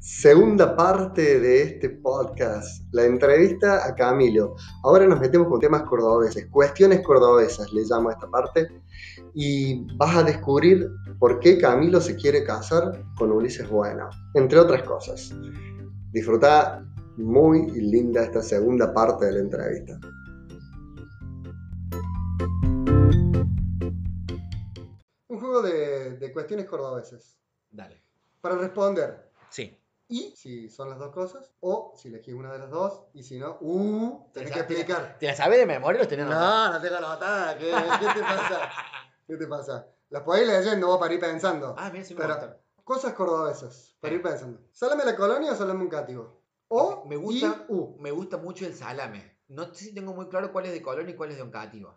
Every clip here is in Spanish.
Segunda parte de este podcast, la entrevista a Camilo. Ahora nos metemos con temas cordobeses, cuestiones cordobesas, le llamo a esta parte, y vas a descubrir por qué Camilo se quiere casar con Ulises Bueno, entre otras cosas. Disfruta muy linda esta segunda parte de la entrevista. Un juego de, de cuestiones cordobeses. Dale. Para responder, Sí. y si son las dos cosas, o si elegís una de las dos, y si no, uh, tenés que Exacto. explicar. ¿Te la sabes de memoria o los tenés anotados? No, no tengo la batalla, ¿qué, qué te pasa? ¿Qué te pasa? Las podés ir leyendo vos para ir pensando. Ah, mira, sí me Pero- gusta. Cosas cordobesas, para ir pensando. ¿Sálame la colonia o sálame un cativo? O, Me gusta- y, uh. Me gusta mucho el salame. No sé si tengo muy claro cuál es de Colón y cuál es de Oncativa.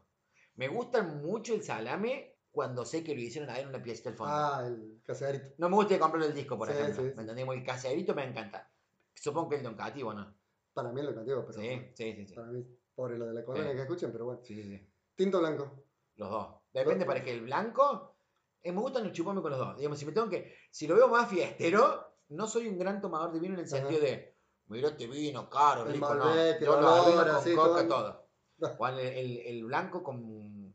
Me gusta mucho el salame cuando sé que lo hicieron ahí en una piecita al fondo. Ah, el caserito. No me gusta comprar el disco, por Sí, ejemplo. sí, sí. ¿Me entendés? Porque El caserito me encanta. Supongo que el de Oncativo, ¿no? Para mí es el cativo, pero Sí, sí, sí. sí. para mí, pobre lo de la colonia Sí. que escuchen, pero bueno. Sí, sí, sí. Tinto blanco. Los dos. Depende, para que el blanco. eh, me gustan los chupame con los dos. Digamos, si me tengo que. Si lo veo más fiestero, no soy un gran tomador de vino en el Ajá. sentido de. Mirá este vino caro, El rico, no. Malbec, el Yo lo arreglo olor, con así, coca, todo. todo. O el, el- el blanco con.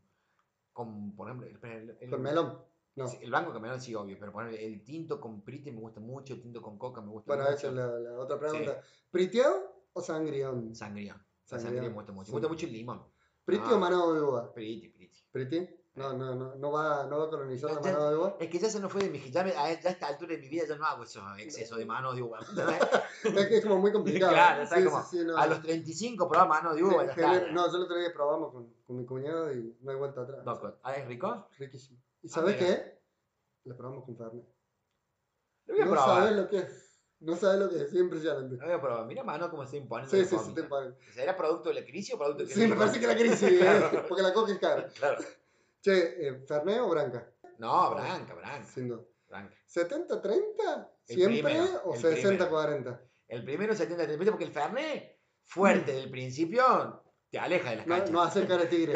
Con, por ejemplo, el, el- Con melón. No. Sí, El blanco con melón sí, obvio, pero poner el tinto con prite me gusta mucho, el tinto con coca me gusta Bueno, mucho. esa es la, la otra pregunta. ¿Priteado o sangrión? Sangría. La Sangría. sangría me gusta mucho. Sí. Me gusta mucho el limón. ¿Priti Ah. o mano de uva? Priti, priti. ¿Priti? No, no, no, no va, no va a colonizar No, la ya- mano de uva. Es que ya se no fue de mi ya, me- a esta altura de mi vida ya no hago esos excesos de mano de uva. ¿entendés? Es que es como muy complicado. Claro, Sí, ¿sabes sí, cómo? sí, no. A los 35 probaba mano de uva, En ya general- está. No, yo lo otro día probamos con, con mi cuñado y no hay vuelta atrás. Loco. Ah, ¿es rico? Riquísimo. ¿Y Ah, sabes mira. qué? Lo probamos con Fernet. Lo voy a no probar. sabes lo que es. No sabes lo que es. Es impresionante. Lo voy a probar. Mira mano cómo se impone. Sí, sí, sí, te pare- ¿Será producto de la crisis o producto de Sí, me parece que la crisis, eh, Claro. porque la coca es cara. Claro. Che, eh, ¿Fernet o Branca? No, blanca, blanca, Sin duda. blanca. ¿70-30? El ¿Siempre primero, o el 60-40? El primero 70 30 porque el Fernet, fuerte del principio, te aleja de las Mm. No, canchas. no hace cara de tigre.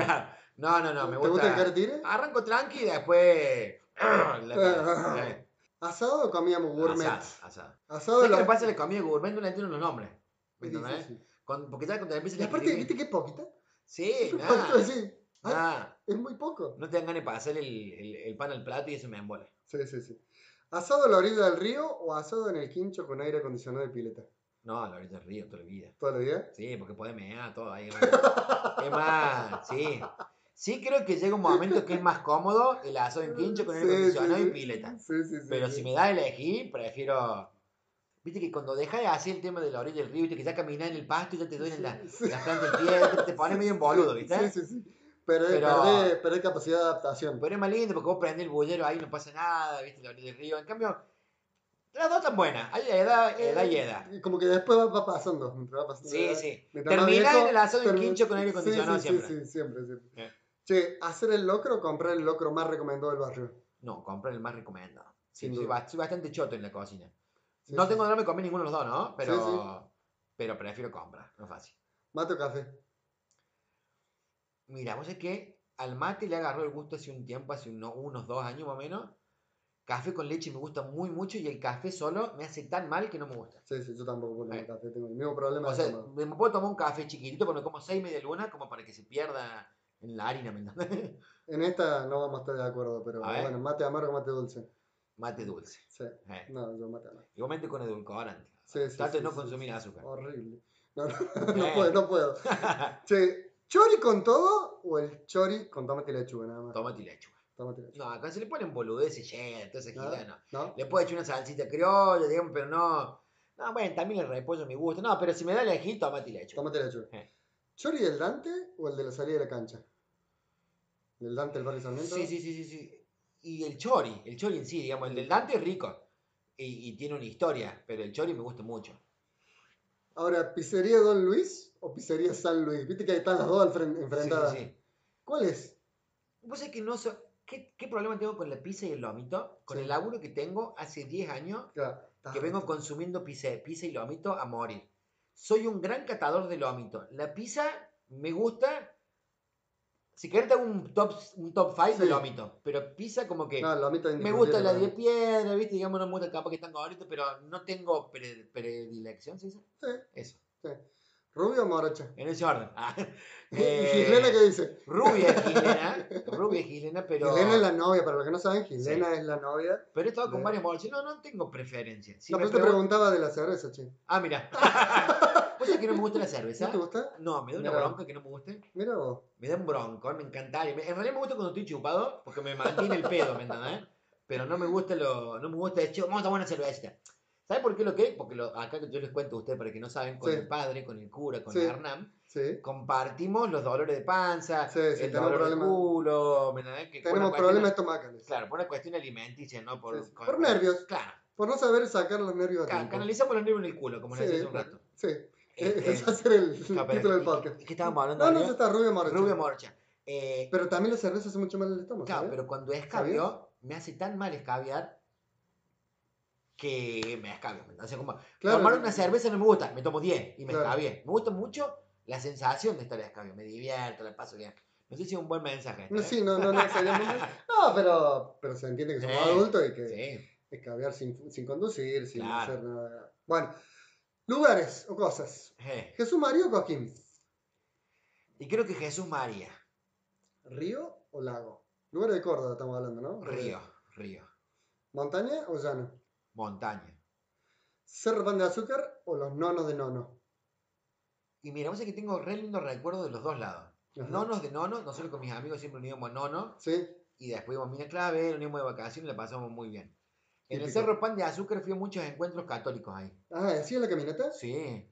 No, no, no, me ¿Te gusta. gusta el cara de tigre? Arranco tranqui y después. la- eh, ¿Asado o comíamos gourmet? Asado. asado. Asado ¿Sabes lo- qué le pasa a la comida gourmet? No le entiendo los nombres. ¿Me Sí, sí, entendés? sí. Con- Porque ya cuando empiezas Y a aparte, ¿viste que es poquita? Sí, Yo nada. puedo decir, ay, nada. es muy poco. No te dan ganas de pasar el, el, el pan al plato y eso me embola. Sí, sí, sí. ¿Asado a la orilla del río o asado en el quincho con aire acondicionado y pileta? No, la ahorita río toda la vida. ¿Toda la vida? Sí, porque puede mear todo ahí. Es más, sí. Sí creo que llega un momento que es más cómodo el asado en quincho con el Sí, acondicionado sí, sí. y pileta. Sí, sí, sí. Pero sí. si me da a elegir, prefiero... Viste que cuando dejas de hacer el tema de la orilla del río, viste que ya caminas en el pasto y ya te duelen la- Sí. las plantas del pie, te- te pones medio en boludo, ¿viste? Sí, sí, sí. Pero, Pero- Perdés, perdés capacidad de adaptación. Pero es más lindo porque vos prendés el bullero ahí, no pasa nada, viste, la orilla del río. En cambio, las dos están buenas. Hay edad, edad Eh, y edad. Y Como que después va, va pasando. va pasando, Sí, ¿verdad? sí. Mientras más Terminás viejo, en el asado en termi- quincho con aire Sí, acondicionado sí, siempre. Sí, sí, siempre, siempre. Eh. Che, ¿hacer el locro o comprar el locro más recomendado del barrio? No, comprar el más recomendado. Sí, Sin soy, duda. ba- soy bastante choto en la cocina. Sí, no sí. tengo no me comí ninguno de los dos, ¿no? Pero, Sí, pero prefiero comprar, no es fácil. Mate o café. Mira, vos es que al mate le agarró el gusto hace un tiempo, hace uno- unos dos años más o menos. Café con leche me gusta muy mucho y el café solo me hace tan mal que no me gusta. Sí, sí, yo tampoco puedo tomar Eh. café. Tengo el mismo problema. O de sea, estómago. me puedo tomar un café chiquitito, pero me como seis media luna como para que se pierda en la harina, ¿me entendés? En esta no vamos a estar de acuerdo, pero A ver. bueno, mate amargo, mate dulce. Mate dulce. Sí, eh. no, yo mate amargo. Igualmente con edulcorante. Sí, sí, Trato de sí, no sí, consumir sí. azúcar. Horrible. No, no, Eh. no puedo, no puedo. Che, ¿chori con todo o el chori con tomate y lechuga nada más? Tomate y lechuga. Tomate y lechuga. No, acá se le ponen boludeces, cheddar, toda esa Nada. gilada, no. ¿No? Le puedo echar una salsita criolla, digamos, pero no. No, bueno, también el repollo me gusta. No, pero si me da a elegir, tomate y lechuga. Tomate y lechuga. Eh. ¿Chori del Dante o el de la salida de la cancha? ¿Del Dante, el barrio Sarmiento? Sí, sí, sí, sí, sí. Y el chori, el chori en sí, digamos, el del Dante es rico. Y, y tiene una historia, pero el chori me gusta mucho. Ahora, ¿pizzería Don Luis o pizzería San Luis? Viste que ahí están las dos al fren- enfrentadas. Sí, sí, sí. ¿Cuál es? Vos sabés que no sé, ¿qué, qué problema tengo con la pizza y el lomito? Con Sí. Ah. el laburo que tengo hace 10 años Claro, está- que vengo consumiendo pizza, pizza y lomito a morir. Soy un gran catador de lomito. La pizza me gusta Si querés te hago un top 5 un top five de Sí. lomito, pero pizza como que... No, lo admito Me gusta la de indiscutible. piedra, ¿viste? Digamos, no me gusta capaz que están ahorita, pero no tengo pre- predilección, ¿se dice? Sí. Eso. Rubio o morocha. En ese orden. Ah, ¿Y eh, Gislena qué dice? Rubia es Gislena. Rubia es Gislena, pero. Gislena es la novia, para los que no saben, Gislena es la novia. Pero he estado con de- varias modelos. No, no tengo preferencia. Si no, me pero te pregun- preguntaba de la cerveza, che. Ah, mira. ¿Vos sabés que no me gusta la cerveza? ¿No te gusta? No, me da una Mira. bronca que no me guste. Mira vos. Me da un bronco, me encantaría. Me- En realidad me gusta cuando estoy chupado, porque me mantiene el pedo, ¿me entendés? Pero no me gusta lo. No me gusta decir, vamos a tomar una cerveza. ¿Sabes por qué lo que? Porque lo, acá que yo les cuento a ustedes para que no saben, con Sí. el padre, con el cura, con Sí. la Hernán, Sí. compartimos los dolores de panza, Sí, sí, el tenemos dolor de problemas. culo, ¿me entendés? Que por una Tenemos cuestión- problemas estomacales. Claro, por una cuestión alimenticia, ¿no? Por, Sí, sí. Por nervios. Claro. Por no saber sacar los nervios. a Ca- tiempo. canalizamos los nervios en el culo, como les Sí, decía hace un rato. Sí. Este, Ese va a ser el no, pero- título del y- podcast. y que estábamos hablando No, no, de ya está Rubio Morocha. Rubio Morcha. Eh, Pero también la cerveza hace mucho mal al estómago. Claro, ¿eh? pero cuando escabio, me hace tan mal escabiar que me escabio. O sea, como Claro. tomar una cerveza no me gusta, me tomo 10 y me Claro. escabié. Me gusta mucho la sensación de estar escabio, me divierto, la paso bien. No sé si es un buen mensaje. No, ¿eh? sí, no, no, no, sería muy- no pero, pero se entiende que somos Sí, adultos y que Sí. escabear sin, sin conducir, sin Claro. hacer nada. Bueno, lugares o cosas. Eh. Jesús María o Coquín. Y creo que Jesús María, ¿Río o lago? Lugares de Córdoba estamos hablando, ¿no? Eh, río, río, ¿Montaña o llano? montaña. ¿Cerro Pan de Azúcar o los nonos de nono? Y mira, vos sabés que tengo re lindo recuerdo de los dos lados. Ajá. Nonos de nono, nosotros con mis amigos siempre nos íbamos nono. Sí, y después íbamos a Mina Clave, nos íbamos de vacaciones y la pasamos muy bien. En el Típico. Cerro Pan de Azúcar fui a muchos encuentros católicos ahí. Ah, ¿así en la caminata? Sí.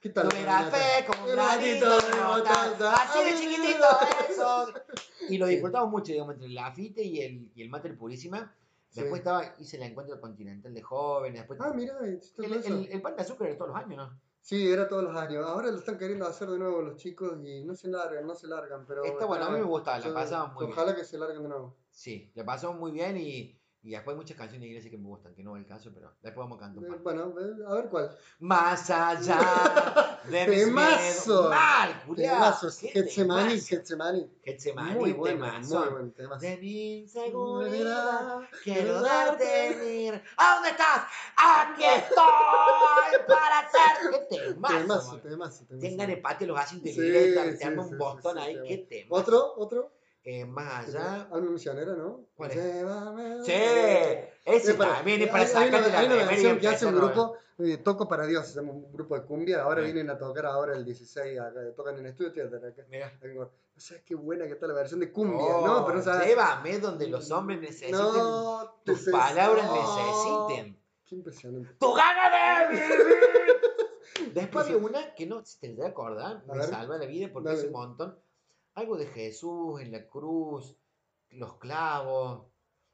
¿Qué tal? Tuve la fe como un granito de mostaza. Así de chiquitito eso. Y lo disfrutamos mucho, digamos, entre la FITE y el, y el Mater Purísima. Después Sí. estaba, hice el encuentro continental de jóvenes. Después, Ah, mira, es todo el, eso. el- el pan de azúcar era todos los años, ¿no? Sí, era todos los años. Ahora lo están queriendo hacer de nuevo los chicos y no se largan, no se largan, pero... Está bueno, a mí me gustaba, la Yo- pasábamos muy bien. Ojalá que se larguen de nuevo. Sí, la pasamos muy bien y, y después hay muchas canciones de iglesia que me gustan, que no es el caso, pero después vamos a cantar un Eh, par. Bueno, eh, a ver cuál. Más allá de mis Temazo. miedos. Mal, Julián. Temazos, Qué Getsemani, temazo. Getsemani. Getsemani, Muy bueno, temazo. muy buen tema. De mi inseguridad, quiero darte mir. ¿A dónde estás? Aquí estoy para hacer. Qué temazo. Temazo, man. temazo, Tengan temazo. empate los hacen de Sí, directa, sí, te arma sí, un botón sí, sí, ahí, tema. qué tema. ¿Otro? ¿Otro? Eh, más allá. Alma misionera, ¿no? ¿Cuál es? Llévame. Sí, ese también es para Eh, hay- hay una- sacarte la hay una remera y versión que hace empezar un a ver. grupo, eh, Toco para Dios, se llama un grupo de cumbia. Ahora Sí. vienen a tocar ahora el 16, acá, tocan en el estudio teatro acá. Mira. Ahí como, No sabes qué buena que está la versión de cumbia, Oh, ¿no? Pero no sabes. Llévame donde los hombres necesiten. No, tus neces- palabras no. necesiten. Qué impresionante. ¡Tu gana de vivir! Después había una que no si te voy a acordar, A me ver. salva la vida porque Dale. es un montón. Algo de Jesús en la cruz, los clavos.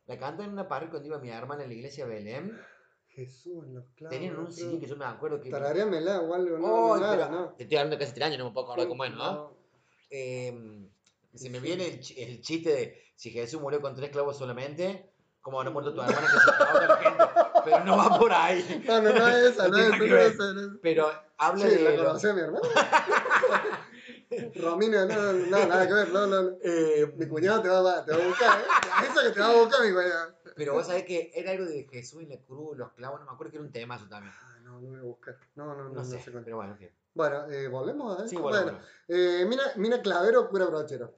La cantan en una parroquia cuando iba mi hermana en la iglesia de Belén. Jesús, los clavos. Tenían un CD que yo me acuerdo que. Tarareamela o algo, no, Oh, no, nada, pero- no. Te estoy hablando casi tres años, no me puedo acordar cómo es, ¿no? No. Eh, se me Sí. viene el, chi- el chiste de si Jesús murió con tres clavos solamente, como habrá muerto tu Mm. hermana que se clavó con la gente? Pero no va por ahí. No, no, no es esa, no No es esa, no tiene nada es que esa, no es esa. Pero habla Sí, de. la lo- conoció mi hermano. Romina, no, no, nada que ver, no, no. no. eh, Mi cuñado te va, a- te va a buscar, ¿eh? Eso que te va a buscar, mi cuñado. pero vos sabés que era algo de Jesús y la cruz, los clavos, no me acuerdo que era un temazo también. Ah, No, no voy a buscar. No, no, no, No, no sé, sé cuál. pero bueno, en fin. Bueno, eh, volvemos a Sí, esto? bueno, Bueno, bueno. eh, mira, mira Clavero, cura brochero.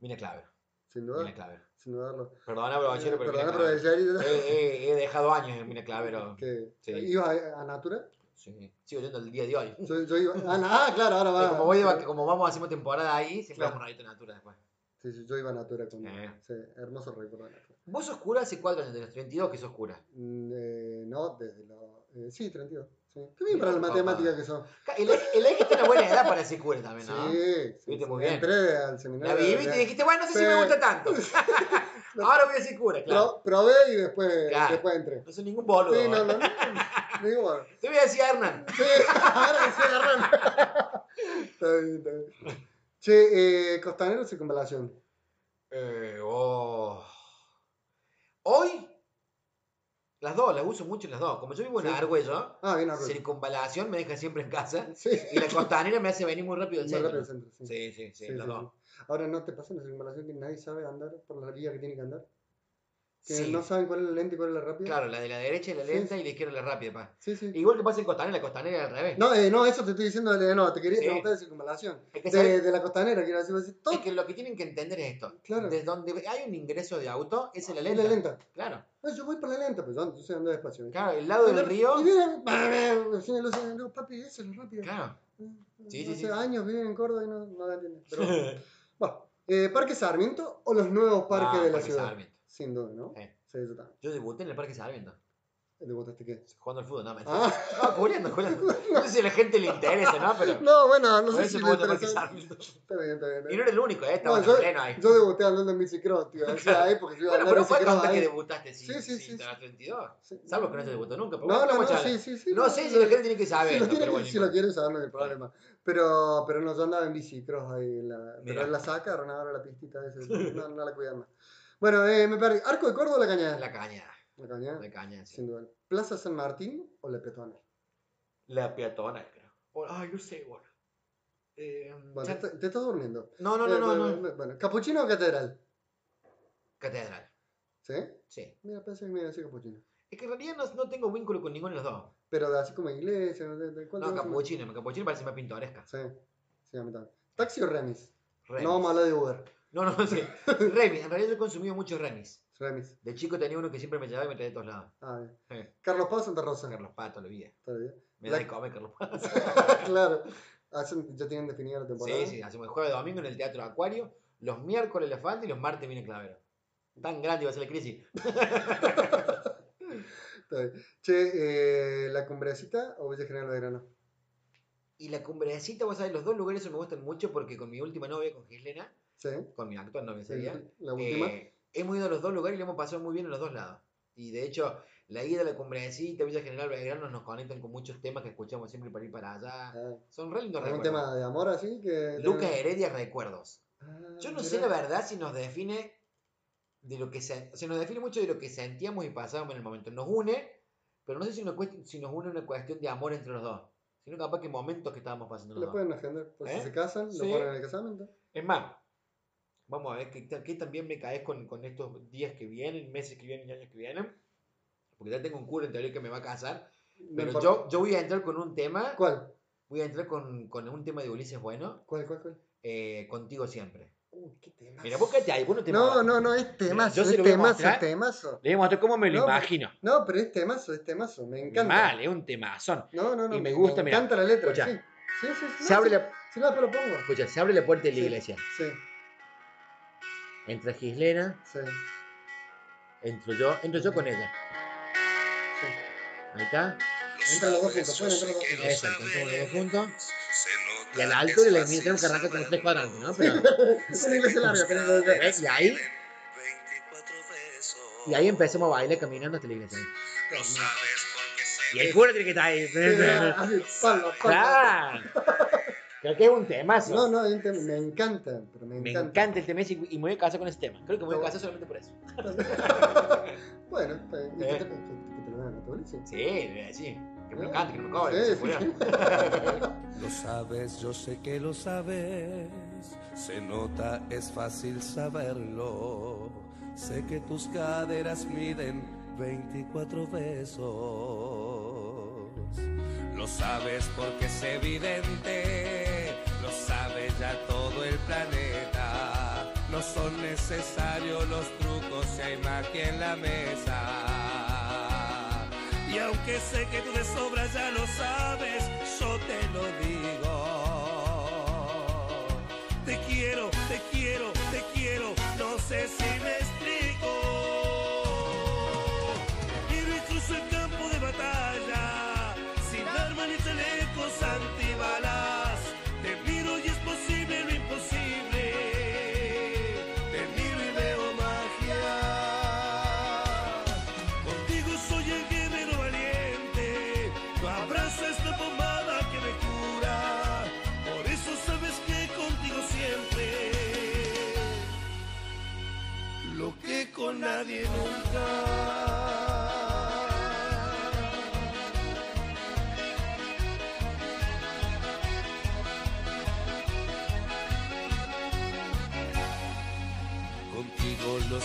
Mina Claver, Sin Mina duda, Claver. sin dudarlo. Perdona, Eh, brochero, pero ah. Perdón, Mina Claver. aprovechar y- He, he- he dejado años en Mina Clavero. que Sí. iba a, a Natura. Sí, sigo yendo el día de hoy. Yo, yo iba. Ah, na- ah, claro, ahora Eh, va. como, voy de vac- como vamos, hacemos temporada ahí, siempre Claro. vamos a en Natura después. Sí, sí, yo iba a Natura con. Eh. Sí, hermoso recuerdo de Natura. Vos sos cura hace cuatro años, de los 32 que sos cura. Mm, eh, no, desde los. Eh, sí, 32. Sí. Qué bien para la matemática que son. Ca- El el eje está una buena edad para ser cura también, ¿no? Sí, sí, sí. Viste, muy bien. Entré al seminario. La viviste y de- dijiste, bueno, no sé si Sí. me gusta tanto. Ahora voy a ser cura, claro. Pro- probé y después, Claro. después entré. No soy ningún boludo. Sí, no, no, ¿eh? no. Digo, bueno. Te voy a decir, Sí, Hernán. ahora que se agarran. está bien, está bien. Che, eh, Costanero o circunvalación. Eh, oh. Hoy, Las dos, las uso mucho las dos. Como yo vivo en Sí. Argüello, Ah, bien Arroyo. circunvalación me deja siempre en casa Sí. y la costanera me hace venir muy rápido al Más rápido centro. el centro, sí. Sí, sí, sí, Sí, las sí, dos. sí. Ahora no te pasa en la circunvalación que nadie sabe andar por la vía que tiene que andar. Que Sí. no saben cuál es la lenta y cuál es la rápida. Claro, la de la derecha es la Sí, lenta sí. y la izquierda es la rápida, pa. Sí, sí. Igual que pasa en costanera, la costanera es al revés. No, eh, no, eso te estoy diciendo, de- no, te quería Sí. preguntar de circunvalación. es, que, ¿sabes? De, de la costanera, quiero decir, decir Eh, todo Es que lo que tienen que entender es esto. Claro. Ah, Desde donde hay un ingreso de auto, esa es la es lenta. la lenta. Claro. No, yo voy por la lenta, pues yo ando, yo sé andar despacio. Claro, el lado del río. Y vienen, bah, bah, sin luz, no, papi, eso es lo rápido. Claro. Sí, sí, Hace sí. años viven en Córdoba y no, no la entienden. Pero, bueno, eh, ¿Parque Sarmiento o los nuevos parques Ah, de la Parque ciudad? Sarmiento. Sin duda, ¿no? Sí. Sí, yo también. Yo debuté en el Parque Sarmiento. ¿Te votaste este qué? Jugando al fútbol, no, mentira. Ah, No, cubriendo, cubriendo. No sé si a la gente le interesa, ¿no? Pero. no, bueno, no por sé eso si le me gusta Parque interesa. Sarmiento. Está bien, está bien. Y no era el único, ¿eh? Estaba No, en pleno ahí. Yo debuté andando en bicicross, tío. Decía ahí porque yo iba a andar en Bueno, pero ¿cuánto bicicross hasta que ahí. debutaste? Si, Sí, sí, si sí, te sí. das 32. Sí. Salvo que no te debutó nunca. pero No, bueno, no, no, charla. sí, sí, sí. No sé si la gente tiene que saber. Si lo, esto, pero quieren, bueno, si lo quieren saber, no hay problema. Pero, pero no, yo andaba en bicicross ahí. en la- Mirá. pero la sacaron ahora la pistita esa. No, no la cuidan más. Bueno, eh, me perdí. ¿Arco de Córdoba o la cañada? La caña. La cañada, La caña, sí. sin duda. ¿Plaza San Martín o la peatonal? La peatonal, creo. O- Ay, no sé, bueno. Eh, Bueno, ya- te, te estás durmiendo. No, no, Eh, no, no, bueno, no. Bueno, ¿capuchino o catedral? Catedral, ¿Sí? sí. Mira, pensé que me iba a decir capuchino. Es que en realidad no, no tengo vínculo con ninguno de los dos. Pero de así como iglesia, ¿de, de cuál te No, gusta más? capuchino. Capuchino parece más pintoresca. Sí, sí, a mí también. ¿Taxi o remis? Remis. No, vamos a hablar de Uber. No, no, sí. Remis. En realidad yo he consumido muchos remis. Remis. De chico tenía uno que siempre me llevaba y me traía de todos lados. Ah, bien. Eh, Carlos Paz o Santa Rosa. Carlos Pato, lo vi. Está bien. Me da La- de comer, Carlos Pato. claro. Hacen- ya tienen definida la temporada. Sí, sí, hacemos el jueves de domingo en el Teatro Acuario, los miércoles la falda y los martes viene Clavero. Tan grande iba a ser la crisis. Está bien. Che, eh, ¿la cumbrecita o Villa General Belgrano? Y la cumbrecita, vos sabés, los dos lugares me gustan mucho porque con mi última novia, con Gislena, Sí. con mi actual novia sí, sería, La última. eh, hemos ido a los dos lugares y le hemos pasado muy bien a los dos lados. Y de hecho, la ida a la cumbrecita, Villa General Belgrano nos conectan con muchos temas que escuchamos siempre para ir para allá. Ah, Son re lindos ¿Algún recuerdos. tema de amor así? Que Lucas Heredia Recuerdos. Ah, eh, Yo no mira. sé la verdad si nos define de lo que se, o sea, nos define mucho de lo que sentíamos y pasábamos en el momento. Nos une, pero no sé si nos, cuest- si nos une una cuestión de amor entre los dos, sino capaz que momentos que estábamos pasando los Lo dos. pueden agendar. Pues ¿Eh? si se casan, Sí. lo ponen en el casamiento. Es más, vamos a ver qué, ta- qué también me caes con, con estos días que vienen, meses que vienen y años que vienen, porque ya tengo un cura en teoría que me va a casar, No pero importa. yo, yo voy a entrar con un tema, ¿Cuál? voy a entrar con, con un tema de Ulises Bueno, ¿Cuál, cuál, cuál? eh, contigo siempre. Uy, qué tema. Mira, vos quédate ahí, vos no te No, muevas. no, no, es temazo. yo se Es lo voy a temazo, mostrar. es temazo. Le voy a mostrar cómo me lo No, pero- imagino. No, pero es temazo, es temazo. Me encanta. Mal, es un temazón. No, no, no. Y me gusta, Me mira. encanta la letra. Escuchá. Sí. Sí, sí, sí. Se no, abre sí. la, Si no, te lo pongo. escucha, se abre la puerta de la Sí. iglesia. Sí, Entra Gislena, sí, entro yo, entro yo con ella. sí. Ahí está. Entra los dos juntos, pueden entrar los dos juntos. Exacto, entramos los dos juntos. Y Ah, a la altura altura de la iglesia tenemos que arrancar con los tres cuadrantes, ¿no? Pero, Es una iglesia larga, tenés dos dedos. ¿ves? y ahí, y ahí empezamos a bailar caminando hasta la iglesia. Y el cura tiene que estar Sí, ahí. así, palo, palo. Claro. Creo que es un temazo. No, no, ent- me encanta, pero me me encanta. encanta el tema ese y y me voy a casar con ese tema. Creo que me voy a casar solamente por eso. Bueno, está bien. ¿Y Eh. que te, que- que te lo dan a tu iglesia? Sí, sí. Que me Ah. lo cante, que me lo cobre. Sí, que se sí. cure. Lo sabes, yo sé que lo sabes. Se nota, es fácil saberlo. Sé que tus caderas miden 24 besos. Lo sabes porque es evidente. Lo sabe ya todo el planeta. No son necesarios los trucos si hay magia en la mesa. Y aunque sé que tú de sobra ya lo sabes, yo te lo digo. Te quiero, te quiero, te quiero, no sé si me explico. Quiero incluso el campo de batalla, sin armas ni chalecos antibalas. Te miro y es posible lo imposible. Te miro y veo magia. Contigo soy el guerrero valiente, tu abrazo es la pomada que me cura, por eso sabes que contigo siempre, lo que con nadie nunca.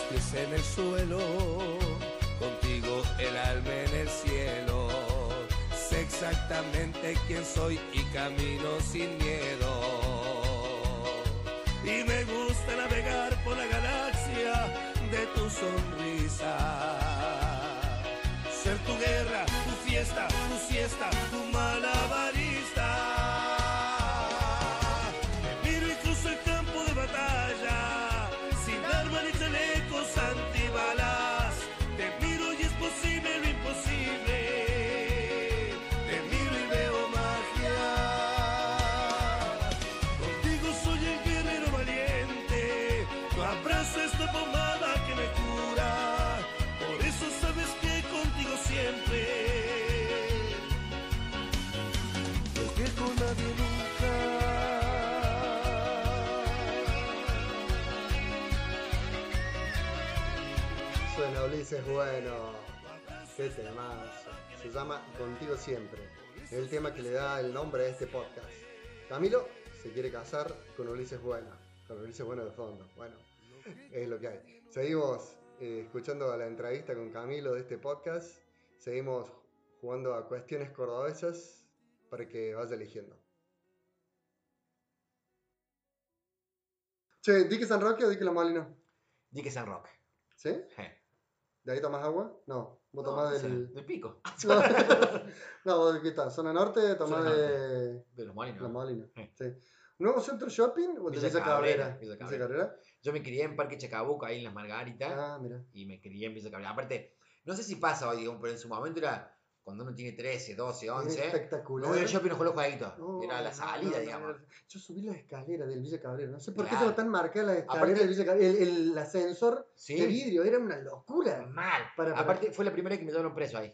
pies en el suelo, contigo el alma en el cielo. Sé exactamente quién soy y camino sin miedo. Y me gusta navegar por la galaxia de tu sonrisa. Ser tu guerra, tu fiesta, tu siesta, tu malabarista. Me miro y cruzo el campo de batalla, sin arma ni chalecos antibalas. Te miro y es posible lo imposible. Te miro y veo magia. Contigo soy el guerrero valiente, tu abrazo es la pomada que me cura. Por eso sabes que contigo siempre no dejo a nadie nunca. Suena Ulises, bueno. Qué temazo. Se llama Contigo Siempre. Es el tema que le da el nombre a este podcast. Camilo se quiere casar con Ulises Buena. Con Ulises Bueno de fondo. Bueno, es lo que hay. Seguimos eh, escuchando la entrevista con Camilo de este podcast. Seguimos jugando a cuestiones cordobesas para que vaya eligiendo. Che, ¿di que San Roque o di que La Molina? Di que San Roque. ¿Sí? Je. ¿De ahí tomás agua? No, vos No, tomás no sé, del. del pico. No, no, vos de qué estás, zona norte, tomás Zona de De los La molinos. Molina. Sí. Sí. ¿Nuevo centro shopping o de Villa Villa Cabrera, ¿Eh? Cabrera? Villa Villa Cabrera. Yo me crié en Parque Chacabuco, ahí en Las Margaritas. Ah, mira. y me crié en Villa Cabrera. Aparte, no sé si pasa hoy, digamos, pero en su momento era cuando uno tiene 13, 12, 11. ¿eh? No Espectacular. voy al shopping con los jueguitos. No, era la no, salida, no, digamos. no. Yo subí las escaleras del Villa Cabrera. No sé por qué Claro. estaba tan marcada las escaleras Aparte- del Villa Cabrera. El, el ascensor de Sí, vidrio era una locura. mal. Para, para. Aparte, fue la primera que me llevaron preso ahí.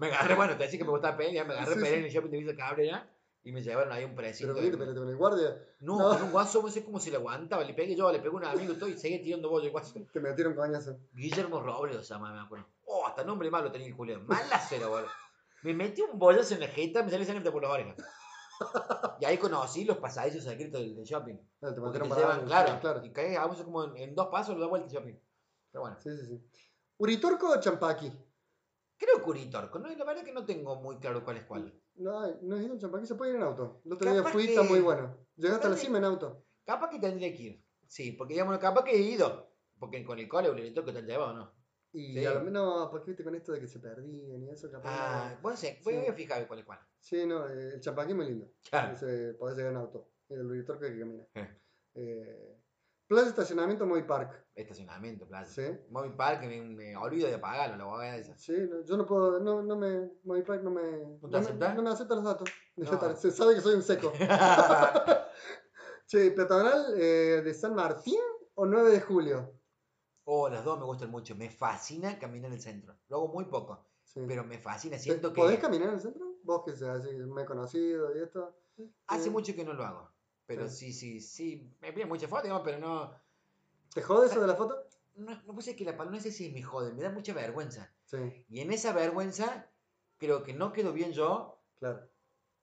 me agarré, bueno, te decía que me gustaba pelea, me agarré Sí, pelea sí. en el shopping de Villa Cabrera y me llevaron ahí un presito. Pero viste, pero con el guardia no, no. con un guaso, no sé cómo se le aguantaba. Le pegué yo, le pegué a un amigo y todo y seguía tirando bollo el guaso. te metieron coñazo. Guillermo Robles lo llama, me acuerdo. Oh, hasta nombre malo tenía el Julián. Malazo era, boludo. Me metí un bolazo en la jeta, me salió sangre por las orejas. Y ahí conocí los pasadizos secretos del, del shopping. No, Ah, te Porque te metieron llevan, abajo, claro, Y caí a veces como en, en dos pasos, lo da vuelta el shopping. Pero bueno. Sí, sí, sí. ¿Uriturco o Champaqui? Creo que Uritorco, ¿no? la verdad que no tengo muy claro cuál es cuál. No, hay- no he ido a Champaqui, se puede ir en auto. El otro día Capaz fui, que- está muy bueno. Llegué hasta la Capaz que- cima en auto. Capaz que tendría que ir. Sí, porque digamos, capaz que he ido. Porque con el cole Uritorco te han llevado, ¿no? Y Sí. a lo menos, porque viste con esto de que se perdían y eso, capaz. Ah, no. bueno, sé, voy Sí. voy a fijarme cuál es cuál. Sí, no, eh, el Champaqui es muy lindo. Claro. Se podés llegar en auto. El Uriturco hay que camina. Ah. Eh. Eh, plaza estacionamiento Moy Park. Estacionamiento, plaza. Sí. Móvil Park, me, me olvido de apagarlo, la voy a ver esa. Sí, no, yo no puedo, no, no me, Moy Park no me, no, me- acepta? no me acepta los datos. No. Se sabe que soy un seco. Che, peatonal eh, de San Martín o 9 de julio. oh, las dos me gustan mucho. Me fascina caminar en el centro. Lo hago muy poco, Sí. pero me fascina. ¿Te- Siento que ¿Podés caminar en el centro? Vos que seas así, me he conocido y esto. Eh, hace Sí. mucho que no lo hago. Pero sí, sí, sí. Me piden muchas fotos, digamos, pero no. ¿Te jode eso de la foto? No, no puse que la palabra no sé si me jode, me da mucha vergüenza. Sí, Y en esa vergüenza, creo que no quedo bien yo. claro.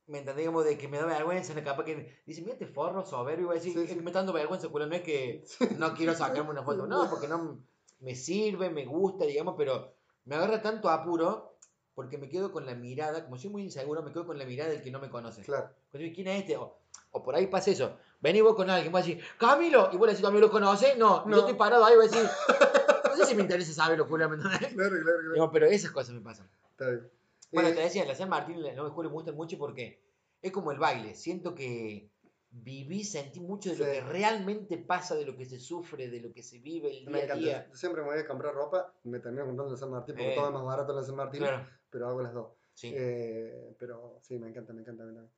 Me entendés, digamos, de que me da vergüenza, no, capaz que dicen, mira este forro soberbio, y voy a decir, Sí, "Es sí. que me está dando vergüenza, culo, no es que no quiero sacarme una foto, no, porque no me sirve, me gusta, digamos, pero me agarra tanto apuro porque me quedo con la mirada, como soy muy inseguro, me quedo con la mirada del que no me conoce. Claro. Pues, ¿Quién es este? O, o por ahí pasa eso. Vení vos con alguien, vos decís, Camilo, y vos le decís, Camilo, ¿lo conoces? No, No. yo estoy parado ahí, vos decís, no sé si me interesa saberlo, culo, ¿me entendés? Claro, claro, Digo, pero esas cosas me pasan. Está bien. Bueno, Eh, te decía, la San Martín, la Nueva Escuela me gustan mucho porque es como el baile. Siento que viví, sentí mucho de lo Sí. que realmente pasa, de lo que se sufre, de lo que se vive el me día a encanta. día. Yo Siempre me voy a comprar ropa, me termino comprando en San Martín porque Eh. todo es más barato en la San Martín, Claro, pero hago las dos. sí. Eh, pero sí, me encanta, me encanta. me encanta.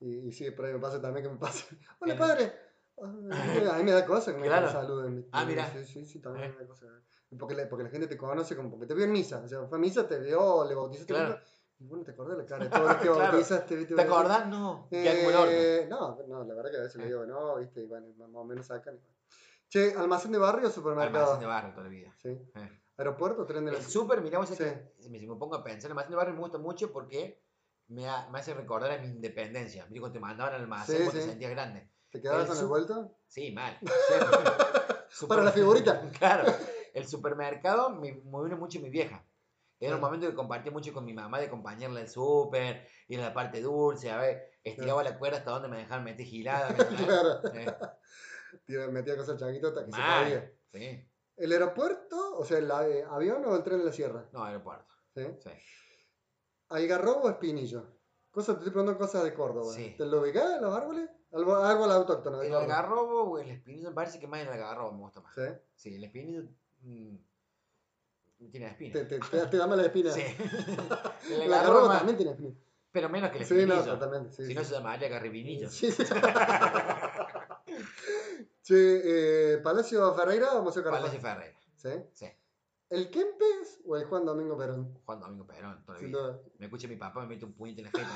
Y, y sí, por ahí me pasa también que me pasa. Hola, Eh. padre. Ah, A mí me da cosa que me Claro. saluden. Ah, mira. Sí, sí, sí, también Eh. me da cosa. Porque la, porque la gente te conoce como porque te vio en misa. O sea, fue a misa, te vio, le bautizaste. Claro. ¿no? Y bueno, te acordás de la cara de todos los que Claro. bautizaste. ¿viste? ¿Te acordás? No, ya como el horno. Ah. Eh, no, no, la verdad que a veces le digo, no, viste, y bueno, más o menos sacan. y bueno. Che, almacén de barrio o supermercado. Almacén de barrio toda la vida. Sí. Eh. Aeropuerto, tren de la El súper, mirá, vos sabés Sí. que si me, si me pongo a pensar, el almacén de barrio me gusta mucho porque me, ha- me hace recordar a mi independencia. Viste, cuando te mandaban al almacén Sí, cuando sí. te sentías grande. ¿Te quedabas el con el su- vuelto? Sí, mal. Siempre. Para la figurita. Claro, el supermercado me movió mucho mi vieja. Era un momento que compartí mucho con mi mamá de acompañarla al súper, ir a la parte dulce, a ver, estiraba la cuerda hasta donde me dejaban meter gilada. ¿me entendés? Claro. Eh, Tío, metía cosas al changuito hasta que mal, se caía. Sí, ¿El aeropuerto? O sea, el ave- avión o el tren de la sierra. no, aeropuerto. ¿Sí? Sí. ¿Algarrobo o espinillo? Cosa, te estoy preguntando cosas de Córdoba. Sí. ¿Te lo ubicás los árboles? Albo- Árbol autóctono. de El Córdoba. algarrobo o el espinillo, me parece que más el algarrobo me gusta más. ¿Sí? Sí, el espinillo mm, tiene espina. Te, te, te- te da mala espina. Sí. el El algarrobo agarrobo más- también tiene espina. pero menos que el Sí, espinillo. no, totalmente. Sí, si sí. no se llamaría garribinillo. Sí, sí. Che, eh, ¿Palacio Ferreira o Museo Carlos? Palacio Ferreira. ¿Sí? Sí. ¿El Kempes o el Juan Domingo Perón? Juan Domingo Perón, toda la Sin vida. duda. Me escucha mi papá, me mete un puñete en la jeta,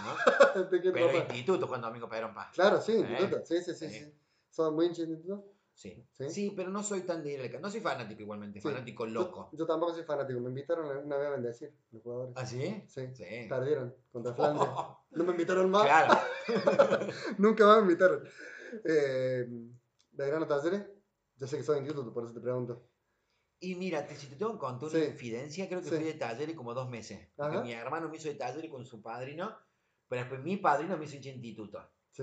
¿no? Te quiero, Pero papá. instituto Juan Domingo Perón Paz. Claro, sí, Eh. instituto. Sí, sí, sí. Sí. sí. ¿Son muy institutos? Sí. Sí. sí. pero no soy tan de ir al ca- No soy fanático igualmente, Sí. fanático loco. Yo, yo tampoco soy fanático. Me invitaron una vez a bendecir los jugadores. ¿Ah, sí? Sí. Sí. Oh. Perdieron contra Flandes. No me invitaron más. claro. Nunca más me invitaron. Eh, Belgrano Talleres. Yo sé que soy instituto, por eso te pregunto. Y mira, te, si te tengo que contar Sí. una infidencia, creo que Sí. fui de talleres como dos meses. Ajá. Porque Mi hermano me hizo de talleres con su padrino, pero después mi padrino me hizo hincha de instituto. Sí,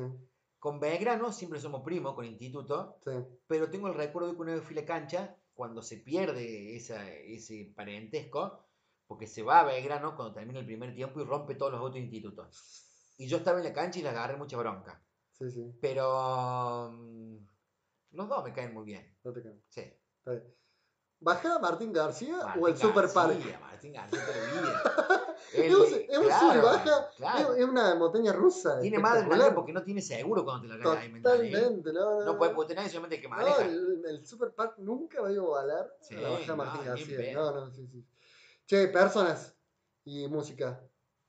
Con Belgrano siempre somos primos con instituto, sí. pero tengo el recuerdo de que una vez fui a la cancha, cuando se pierde esa, ese parentesco, porque se va a Belgrano cuando termina el primer tiempo y rompe todos los otros institutos. Y yo estaba en la cancha y le agarré mucha bronca. Sí, sí. Pero mm, los dos me caen muy bien. No te creo. Sí. Está bien. ¿Baja Martín García o el Martín Super Park? García, Martín García toda la vida. Es un- es un sub y baja, claro. Es es una montaña rusa. tiene madre también espectacular. porque no tiene seguro cuando te la regalan. ¿me entendés? Totalmente. No, no, No puede porque tenés solamente el que No, maneja. el, el Super Park nunca va a igualar Sí, a la baja no, Martín ni García. en No, pedo. no, sí, sí. Che, personas y música.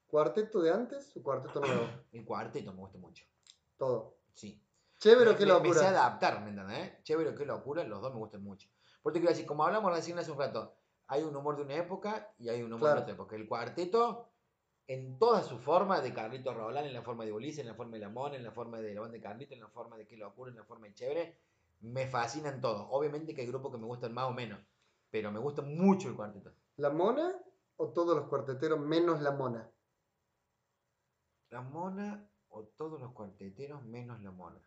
¿Cuarteto de antes o cuarteto nuevo? El cuarteto me gusta mucho. Todo. Sí. Che, pero Me- qué me- Me sé locura. adaptar, ¿me entendés? Chévere, qué locura, los dos me gustan mucho. Porque quiero decir, como hablamos recién hace un rato, hay un humor de una época y hay un humor Claro. de otra época. El cuarteto, en toda su forma, de Carlito Roland, en la forma de Ulises, en la forma de Lamón, en la forma de la banda de Carlito, en la forma de qué locura, en la forma de chévere, me fascinan todos. Obviamente que hay grupos que me gustan más o menos, pero me gusta mucho el cuarteto. ¿La mona o todos los cuarteteros menos la mona? La mona o todos los cuarteteros menos la mona.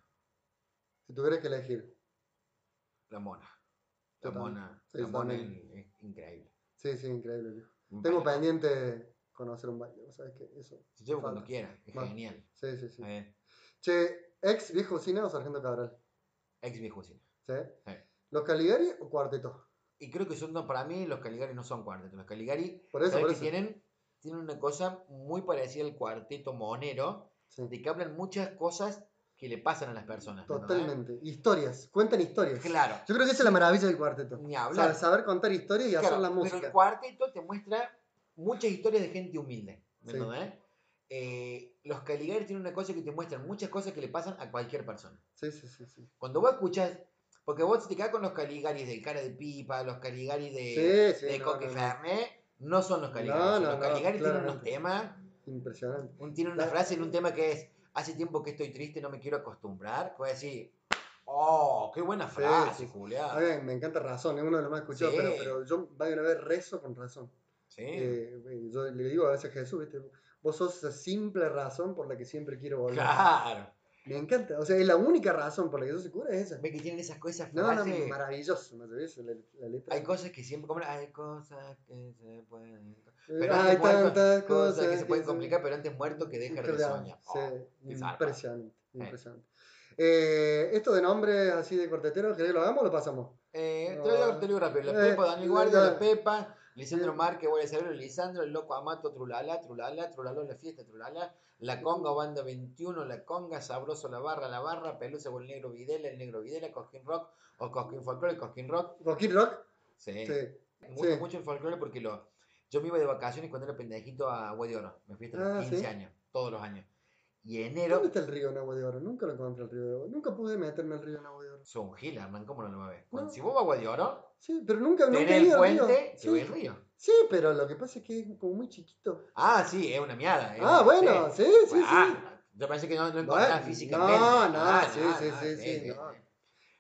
Si tuvieras que elegir. La mona. La Total. mona, Sí, la sí, mona es, también. es increíble. Sí, sí, increíble. viejo. Tengo pendiente conocer un baile, ¿sabes qué? Eso. Se llevo Falta. cuando quiera, es Bueno. genial. Sí, sí, sí. Eh, Che, ex viejo cine o sargento Cabral. ex viejo cine. ¿Sí? Sí. ¿Los Caligari o cuarteto? Y creo que son, no, para mí, los Caligari no son cuarteto. Los Caligari Por eso, ¿sabes por qué eso. tienen, tienen una cosa muy parecida al cuarteto monero, Sí. de que hablan muchas cosas que le pasan a las personas. ¿no? ¿eh? Totalmente. Historias. Cuentan historias. Claro. Yo creo que esa es la maravilla del cuarteto. Ni O hablar. sea, saber contar historias y Claro, hacer la Pero música. el cuarteto te muestra muchas historias de gente humilde. ¿me Sí. entendés? Eh, los Caligari tienen una cosa que te muestran muchas cosas que le pasan a cualquier persona. Sí, sí, sí. Sí, Cuando vos escuchás, porque vos si te quedás con los Caligaris de cara de pipa, los Caligaris de, sí, sí, Eh, de no, Coque no, no. Fernet, no son los Caligaris. No, no, los no, Caligaris tienen claramente. un tema, Impresionante. un, tienen una Claro. frase en un tema que es, hace tiempo que estoy triste, no me quiero acostumbrar. Pues decir, oh, qué buena frase, sí. Julián. A ver, me encanta Razón, es uno de los más escuchados, Sí. pero, pero yo vayan a ver rezo con Razón. Sí. Eh, eh, yo le digo a veces a Jesús, ¿viste? vos sos esa simple razón por la que siempre quiero volver. Claro. Me encanta, o sea, es la única razón por la que yo se cura, es esa. Ve que tienen esas cosas No, no, frases. maravilloso, maravilloso la, la letra. hay cosas que siempre, como, hay cosas que se pueden... Eh, Pero hay antes muerto, tantas cosas, cosas que se pueden complicar, pero antes muerto que dejar de Claro, soñar. sí, Oh. qué zarpa. impresionante, Eh. impresionante. Eh, esto de nombres así de cortetero, ¿querés que lo hagamos o lo pasamos? Eh, Ah. te lo digo, te lo digo rápido. La Eh, Pepa, Daniel Guardia, eh. la Pepa, Lisandro Eh. Márquez, Guardia Cerebro, Lisandro, el Loco Amato, Trulala, Trulala, Trulalo, la fiesta, Trulala, La Conga, Banda 21, La Conga, Sabroso, La Barra, La Barra, Pelusa con el Negro Videla, el Negro Videla, Cosquín Rock o Cosquín Folklore, Cosquín Rock. ¿Rocky Rock? Sí. Sí. Me gusta sí. mucho el folclore porque lo, yo me iba de vacaciones cuando era pendejito a Guay de Oro. Me fui hasta Ah, los 15 sí. años, todos los años. Y ¿Dónde enero, está el río en Agua de Oro? Nunca lo encontré el río de Oro. Nunca pude meterme al río en Agua de Oro. son gil, Hernán, ¿cómo no lo va a ver? No. Si vos vas a Guay de Oro, Sí, pero nunca, nunca he tenés el ido al río. puente, te Sí. ves el río. Sí, pero lo que pasa es que es como muy chiquito. Ah, sí, es una miada. es ah, una- bueno, sí. sí, sí, sí. Ah, yo pensé que no lo encontraba Bueno, físicamente. no, no, Ah, sí, sí, sí, sí, no.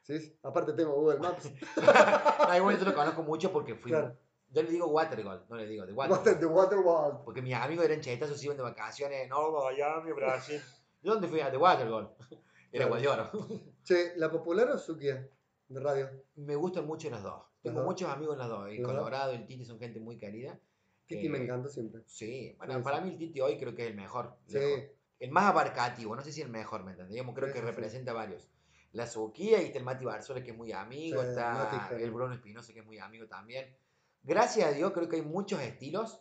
Sí, sí. Aparte tengo Google Maps. No, igual yo lo conozco mucho porque fui. Claro. Yo le digo Watergol, no le digo de Watergol. Water, the Waterworld. Porque mis amigos eran chetazos, iban de vacaciones. No, Miami, Brasil. ¿De dónde fui? A de Watergol. Era Claro. Guayoro. Che, ¿la popular o Suquia? De radio. Me gustan mucho las dos. Tengo Ajá. muchos amigos en las dos. Ajá. El Colorado, el Titi son gente muy querida. Titi Eh, me encanta siempre. Sí, bueno, Sí, para sí. mí el Titi hoy creo que es el mejor. Sí, lejos. El más abarcativo, no sé si el mejor, ¿me entendés? Digamos, creo Sí, que sí, sí. representa varios. La Suquía, y está el Mati Barzola, que es muy amigo, Sí, está Mati es genial. el Bruno Espinosa, que es muy amigo también. Gracias a Dios, creo que hay muchos estilos.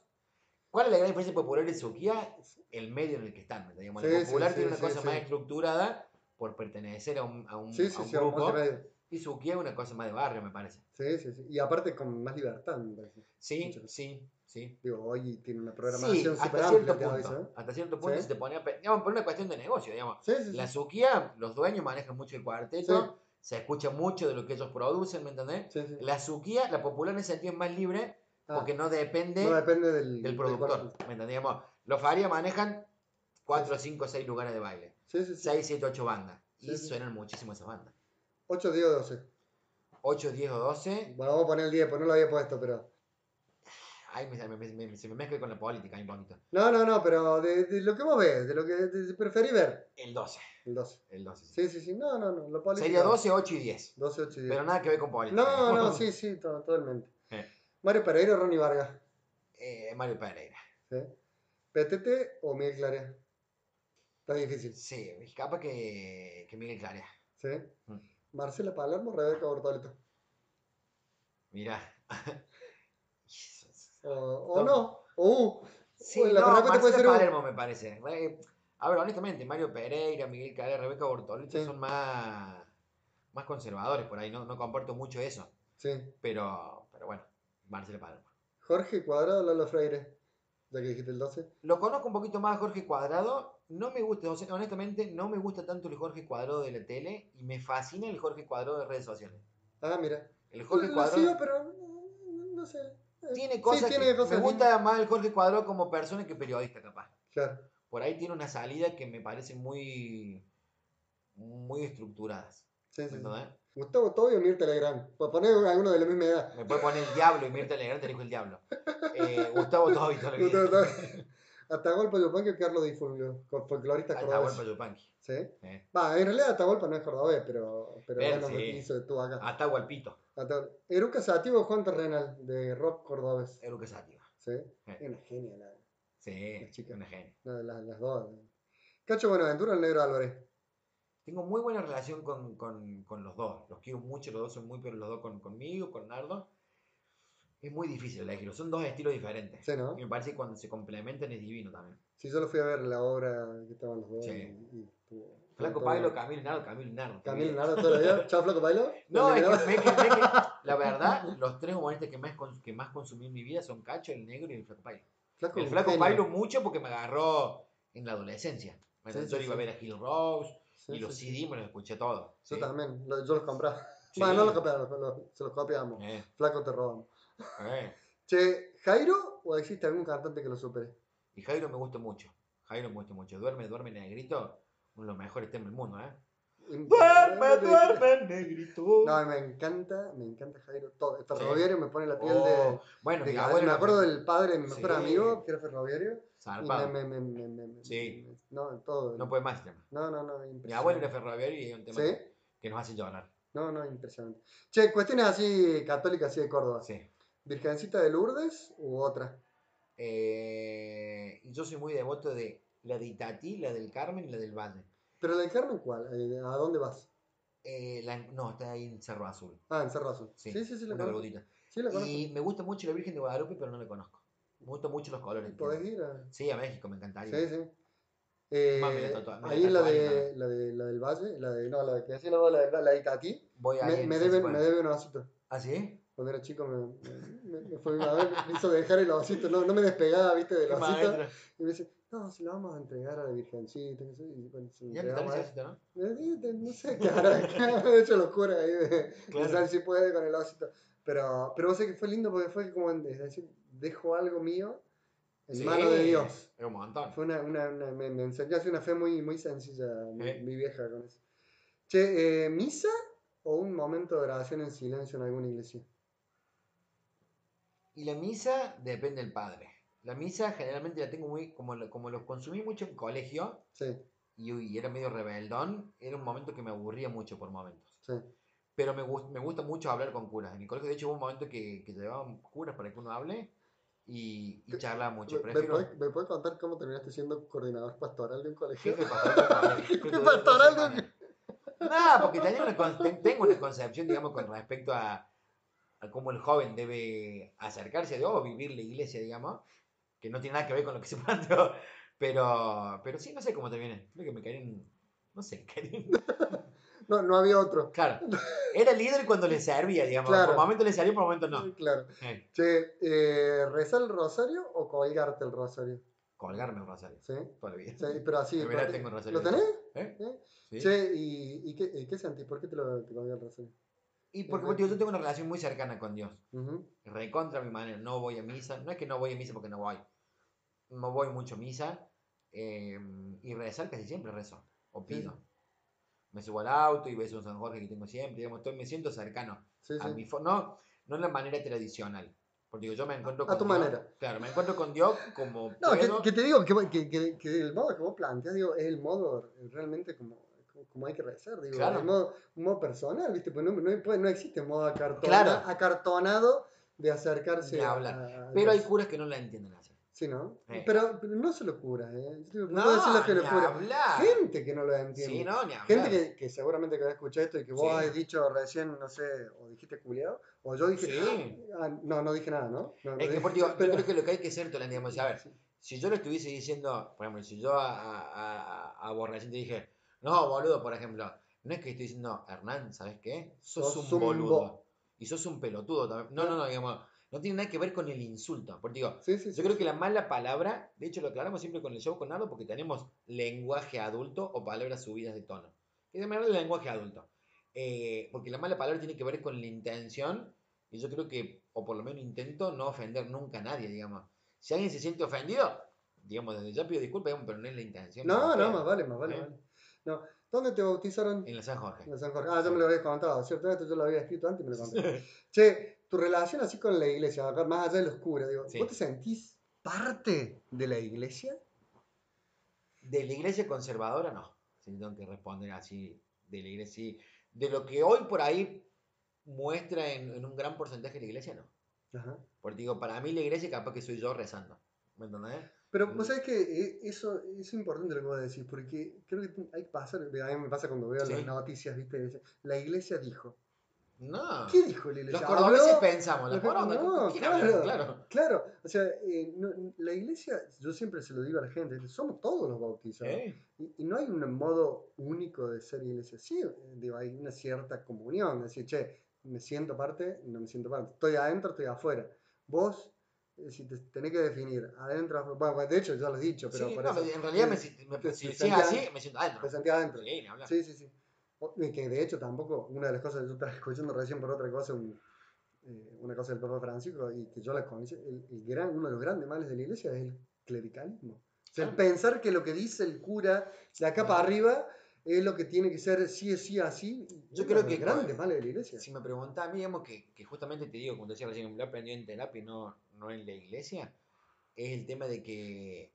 ¿Cuál es la gran diferencia popular de Suquía? El medio en el que están, ¿me entendés? Digamos, Sí, la sí, popular sí, tiene una sí, cosa sí. más estructurada por pertenecer a un, a un- sí, a sí, un sí, grupo. aguante radio. y Suquía es una cosa más de barrio, me parece. Sí, sí, sí. Y aparte con más libertad, me parece. Sí, Muchas gracias. sí, sí. Digo, hoy tiene una Sí, programación súper hasta amplia, cierto, te punto, doy eso. hasta cierto punto Sí. se te ponía, pe- digamos, por una cuestión de negocio, digamos. Sí, sí, sí. La Suquía, los dueños manejan mucho el cuarteto, se escucha mucho de lo que ellos producen, ¿me entendés? sí, sí. La Suquía, la popular en ese sentido es más libre Ah, porque no depende no depende del, del cuarto. productor, ¿me entendés? Digamos, los Faria manejan 4, 5, 6 lugares de baile, Sí, sí, sí. 6, 7, 8 bandas, y Sí, sí. suenan muchísimo esas bandas. 8, 10 o 12. 8, 10 o 12, Bueno, vamos a poner el 10, pues no lo había puesto, pero... ay, me- me- me- me- se me mezcla con la política, ahí un poquito. No, no, no, pero de, de lo que vos ves, de lo que de- de- preferís ver. El 12, El 12. el 12. Sí, sí. sí, sí. No, no, no. Lo político- Sería 12, 8 y 10. 12, 8 y 10. Pero nada que ver con política. No, no, sí, sí, to- totalmente. Eh. Mario Pereira o Ronnie Vargas. Eh, Mario Pereira. ¿sí? ¿Petete o Miguel Clarea? Está difícil. Sí, capaz que, que Miguel Clarea. ¿sí? Mm. Marcela Palermo o Rebeca Bortoleto. Mirá. O, Ah, o Tom. no. O uh, Sí, Bueno, la no, verdad que te Marcelo puede ser un- Palermo me parece. Re- A ver, honestamente, Mario Pereira, Miguel Clarea, Rebeca Bortolito Sí. son más, más conservadores por ahí. No, no comparto mucho eso. Sí. Pero, pero bueno, Marcelo Palermo. Jorge Cuadrado o Lalo Freire. Ya que dijiste el 12. Lo conozco un poquito más a Jorge Cuadrado. No me gusta, o sea, honestamente, no me gusta tanto el Jorge Cuadrado de la tele y me fascina el Jorge Cuadrado de redes sociales. Ah, mira. El Lo- Jorge lo Cuadrado. sigo, pero no, no sé. Eh, Tiene cosas tiene que cosas me lindas. gusta más el Jorge Cuadro como persona que periodista, capaz. Claro. Por ahí tiene una salida que me parece muy muy estructuradas. Sí, sí, sí. ¿entendés? Gustavo Tobio o Mirta Legrand. Pues poner alguno de la misma edad. Me puede poner el diablo y Mirta Legrand te dijo el diablo. Eh, Gustavo Tobi, todo lo que Gustavo Tobio. dice. Atahualpa Yupanqui o Carlos Di Fulvio. Con folcloristas Atahualpa cordobeses. Yupanqui. ¿Sí? Eh. Va, en realidad Atahualpa no es cordobés, pero, pero Pero bueno, sí. me hizo de tú acá. Atahualpito, Atahualpa. Eruca Sativa o Juan Terrenal, de rock cordobés. Eruca Sativa. ¿Sí? Es una genia la, Sí, La chica. una genia. la- la- las dos. Cacho Buenaventura o el Negro Álvarez. Tengo muy buena relación con, con- con los dos. Los quiero mucho, los dos son muy, pero los dos con, conmigo, con Nardo. Es muy difícil elegirlos. Son dos estilos diferentes. Sí, ¿no? Y me parece que cuando se complementan es divino también. Sí, yo lo fui a ver la obra que estaban los dos. Sí. y- y estuvo- Flaco estuvo Pailo, bien. Camilo Nardo, Camilo Nardo. Camilo Nardo todos los días. Chao, Flaco Pailo. No, Camilo es que, Nardo. es que- es que la verdad, los tres humoristas que más, cons- que más consumí en mi vida son Cacho, el negro y el Flaco Pailo. Flaco, El un Flaco genio. Pailo mucho porque me agarró en la adolescencia. Me Sí, yo sí, iba a sí. ver a Gil Rose Sí, y los sí, CD me los escuché todos. Yo ¿sí? también, lo- yo los compraba. Sí. Bueno, no los compraba, los- los- se los copiamos. Eh, Flaco te robamos. eh. Che, ¿Jairo o existe algún cantante que lo supere? Y Jairo me gusta mucho. Jairo me gusta mucho. Duerme, duerme, negrito. Uno de los mejores temas del mundo, ¿eh? Duerme, duerme, negrito. No, me encanta, me encanta Jairo. Todo. Ferroviario me pone la piel Oh, de. bueno, de mi gallina. abuelo me era acuerdo del padre de mi mejor Sí. amigo, que era ferroviario. Y zarpado. me- me- me- me- me- Sí. me- no, todo. No puede más el tema. no, no, no, Mi impresionante. abuelo era ferroviario y es un tema ¿Sí? que- que nos hace llorar. No, no, impresionante. Che, cuestiones así católicas, así de Córdoba. Sí. ¿Virgencita de Lourdes u otra? Eh, y yo soy muy devoto de la de Itatí, la del Carmen y la del Valle. Pero la de Carmen, ¿cuál? Eh, ¿A dónde vas? Eh, la- no, está ahí en Cerro Azul. Ah, en Cerro Azul. Sí, Sí, sí, sí, la una conozco. vergotita. Sí, la conozco. Y me gusta mucho la Virgen de Guadalupe, pero no la conozco. Me gustan mucho los colores. ¿Podés ir a...? Sí, a México, me encantaría. Sí, sí. Eh, Más me la tatua- me la ahí la tatuaría. de, la de la del Valle, la de, no, la de que hacía la voz, la de, la de Itatí, Voy a me, ir, me sí, debe, sí, bueno. me debe un osito. ¿Ah, sí? Cuando era chico me, me, me fue mi mamá, me hizo dejar el osito, no, no me despegaba, viste, del Qué osito. maestro. Y me dice, no, se lo vamos a entregar a la Virgencita, que sé, y bueno, se lo Ya entregamos a me ella. está ¿no? Eh, eh, No sé, qué hará, qué hará, de hecho locura ahí de Claro. pensar si puede con el osito. Pero, pero vos sé que fue lindo porque fue como, en- es decir, dejo algo mío en Sí, manos de Dios. Es un montón. Fue una, una, una- me, me enseñó así una fe muy, muy sencilla, mi, Eh. mi vieja con eso. Che, eh, ¿misa o un momento de oración en silencio en alguna iglesia. Y la misa depende del padre. La misa generalmente la tengo muy, como, lo- como los consumí mucho en colegio Sí, y, y era medio rebeldón, era un momento que me aburría mucho por momentos. sí. Pero me, gust- me gusta mucho hablar con curas. En el colegio, de hecho, hubo un momento que, que llevaban curas para que uno hable y, y charlaba mucho. ¿Me, me Prefiero... podés- me podés contar cómo terminaste siendo coordinador pastoral de un ¿Qué colegio? te pasó? ¿Qué pastoral de un- No, porque tenía una con- ten- tengo una concepción, digamos, con respecto a, a cómo el joven debe acercarse a Dios o vivir la iglesia, digamos, que no tiene nada que ver con lo que se planteó. Pero, pero sí, no sé cómo te viene. Creo que me caí en. No sé, caí en- No, no había otro. Claro. Era líder cuando le servía, digamos. Claro. Por momento le salió, por momento no. Claro. Eh, Che, eh, ¿rezar el rosario o colgarte el rosario? colgarme un rosario. Sí. Toda la vida. Sí, pero así. De verdad porque- tengo un rosario. ¿Lo tenés? ¿Eh? ¿Eh? Sí. Che, ¿y, y qué, y qué sentís? ¿Por qué te lo te colgás el rosario? Y porque tío, yo tengo una relación muy cercana con Dios. Ujú, recontra mi manera, no voy a misa, no es que no voy a misa porque no voy, no voy mucho a misa, eh, y rezar casi siempre rezo, o pido. Sí. Me subo al auto y beso un San Jorge que tengo siempre, digamos, estoy- me siento cercano, Sí, a sí. mi fo- no, no en la manera tradicional, porque yo me encuentro A con tu Dios- manera. Claro, me encuentro con Dios como No, que, puedo, que te digo que, vos- que- que- que el modo que vos planteas, digo, es el modo realmente como, como hay que rezar, digo, Claro. el modo, un modo personal, ¿viste? Pues no, no, pues no existe modo acartona- Claro. acartonado de acercarse De a- hablar. a- a pero hay Dios. curas que no la entienden así. Sí, ¿no? Sí. Pero, pero no solo curas, ¿eh? Yo digo, puedo No, decir lo que ni lo cura. hablar. Gente que no lo entiende. Sí, no, ni hablar. Gente que, que seguramente que va a escuchar esto y que vos Sí. has dicho recién, no sé, o dijiste culiado, o yo dije. Sí. Ah, no, no dije nada, ¿no? No, no dije- Es que, por digo, yo pero- creo que lo que hay que ser tolerante, digamos, a ver, si yo lo estuviese diciendo, por ejemplo, si yo a, a, a, a Borrachín te dije, no, boludo, por ejemplo, no es que estoy diciendo, Hernán, ¿sabes qué? Sos, Sos un un boludo. bo- Y sos un pelotudo también. No, no, no, digamos, no tiene nada que ver con el insulto. Porque digo, Sí, sí, sí. yo creo que la mala palabra, de hecho lo aclaramos siempre con el show con Nardo, porque tenemos lenguaje adulto o palabras subidas de tono. Que de manera el lenguaje adulto. Eh, porque la mala palabra tiene que ver con la intención, y yo creo que, o por lo menos intento, no ofender nunca a nadie, digamos. Si alguien se siente ofendido, digamos, desde ya pido disculpas, digamos, pero no es la intención. No, Pero, no, más vale, más vale, ¿Eh? vale. No. ¿Dónde te bautizaron? En la San Jorge. En San Jorge. Ah, yo me lo había contado, ¿cierto? Esto yo lo había escrito antes y me lo conté. che, tu relación así con la iglesia, acá más allá de los curas, digo, Sí. ¿vos te sentís parte de la iglesia? De la iglesia conservadora, no. Si tengo que responder así, de la iglesia, sí. De lo que hoy por ahí muestra en, en un gran porcentaje la iglesia, no. Ajá. Porque digo, para mí la iglesia capaz que soy yo rezando. ¿Me entendés? Pero vos sabés que eh, eso es importante lo que vos decís, porque creo que hay que pasar, a mí me pasa cuando veo Sí. las noticias, ¿viste? Dice, La iglesia dijo. No. ¿Qué dijo la iglesia? Ah. Los cordobeses Habló- pensamos, los Lo que- cordobeses. no, ¿quién habla? claro, claro. claro. o sea, eh, no- la iglesia, yo siempre se lo digo a la gente, somos todos los bautizados. ¿Eh? Y, y no hay un modo único de ser iglesia. Sí, eh, digo, hay una cierta comunión, de decir, che, me siento parte, no me siento parte. Estoy adentro, estoy afuera. Vos, eh, si te tenés que definir, adentro, afuera. Bueno, bueno, de hecho, ya lo he dicho, pero Sí, por no, eso- en realidad, me, Sí, si- me- te- si te si es sentía- así, me siento adentro. Te sentí adentro. Sí, ni hablar. Sí, sí, sí. O- y Que de hecho tampoco, una de las cosas, yo estaba escuchando recién por otra cosa, un- eh, una cosa del Papa Francisco, y que yo la conocí, el, el gran, uno de los grandes males de la iglesia es el clericalismo. O sea, el Claro. pensar que lo que dice el cura de acá para arriba es lo que tiene que ser sí es sí así. Yo es creo uno de que- los grandes males de la iglesia. Si me preguntás a mí, digamos que, que justamente te digo, como te decía recién, lo aprendí en terapia y no, no en la iglesia, es el tema de que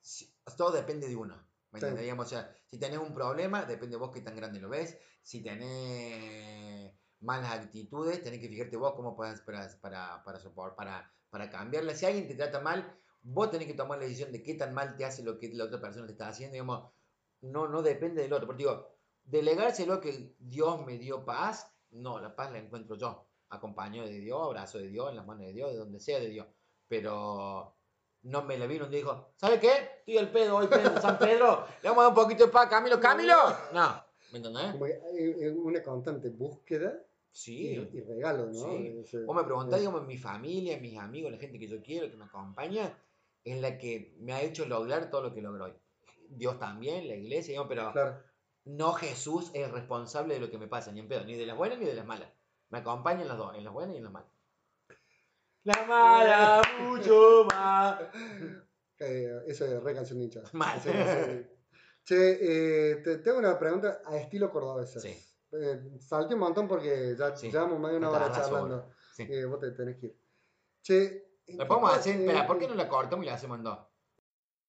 si- todo depende de uno. ¿Me Sí. entendés? Digamos, o sea, si tenés un problema, depende vos qué tan grande lo ves. Si tenés malas actitudes, tenés que fijarte vos cómo podés para, para, para, sopor- para, para cambiarla. Si alguien te trata mal, vos tenés que tomar la decisión de qué tan mal te hace lo que la otra persona te está haciendo. Digamos, no, no depende del otro. Porque digo, delegárselo que Dios me dio paz, no, la paz la encuentro yo, acompañado de Dios, abrazo de Dios, en las manos de Dios, de donde sea de Dios. Pero no me le vino y dijo, ¿sabe qué? Estoy al pedo hoy, Pedro, San Pedro, le vamos a dar un poquito de paz, Camilo, Camilo. No, ¿me entendés? Como que hay- hay una constante búsqueda y, y Sí. regalo, ¿no? Sí. O sea, Vos me preguntás, eh, digamos, mi familia, mis amigos, la gente que yo quiero, que me acompaña, es la que me ha hecho lograr todo lo que logro hoy. Dios también, la iglesia, digamos, pero... Claro. no Jesús es responsable de lo que me pasa, ni en pedo, ni de las buenas ni de las malas. Me acompañan las dos, en las buenas y en las malas. La mala mucho más. Eh, eso es re canción de hinchada. Mal. Sí, sí. Che, eh, te tengo una pregunta a estilo cordobesa. Sí. eh, salté un montón porque ya Sí. llevamos más de una Está hora razón, charlando. Sí. Eh, vos te tenés que ir. Che. La podemos eh, hacer, espera, ¿por qué no la cortamos y la hacemos en dos?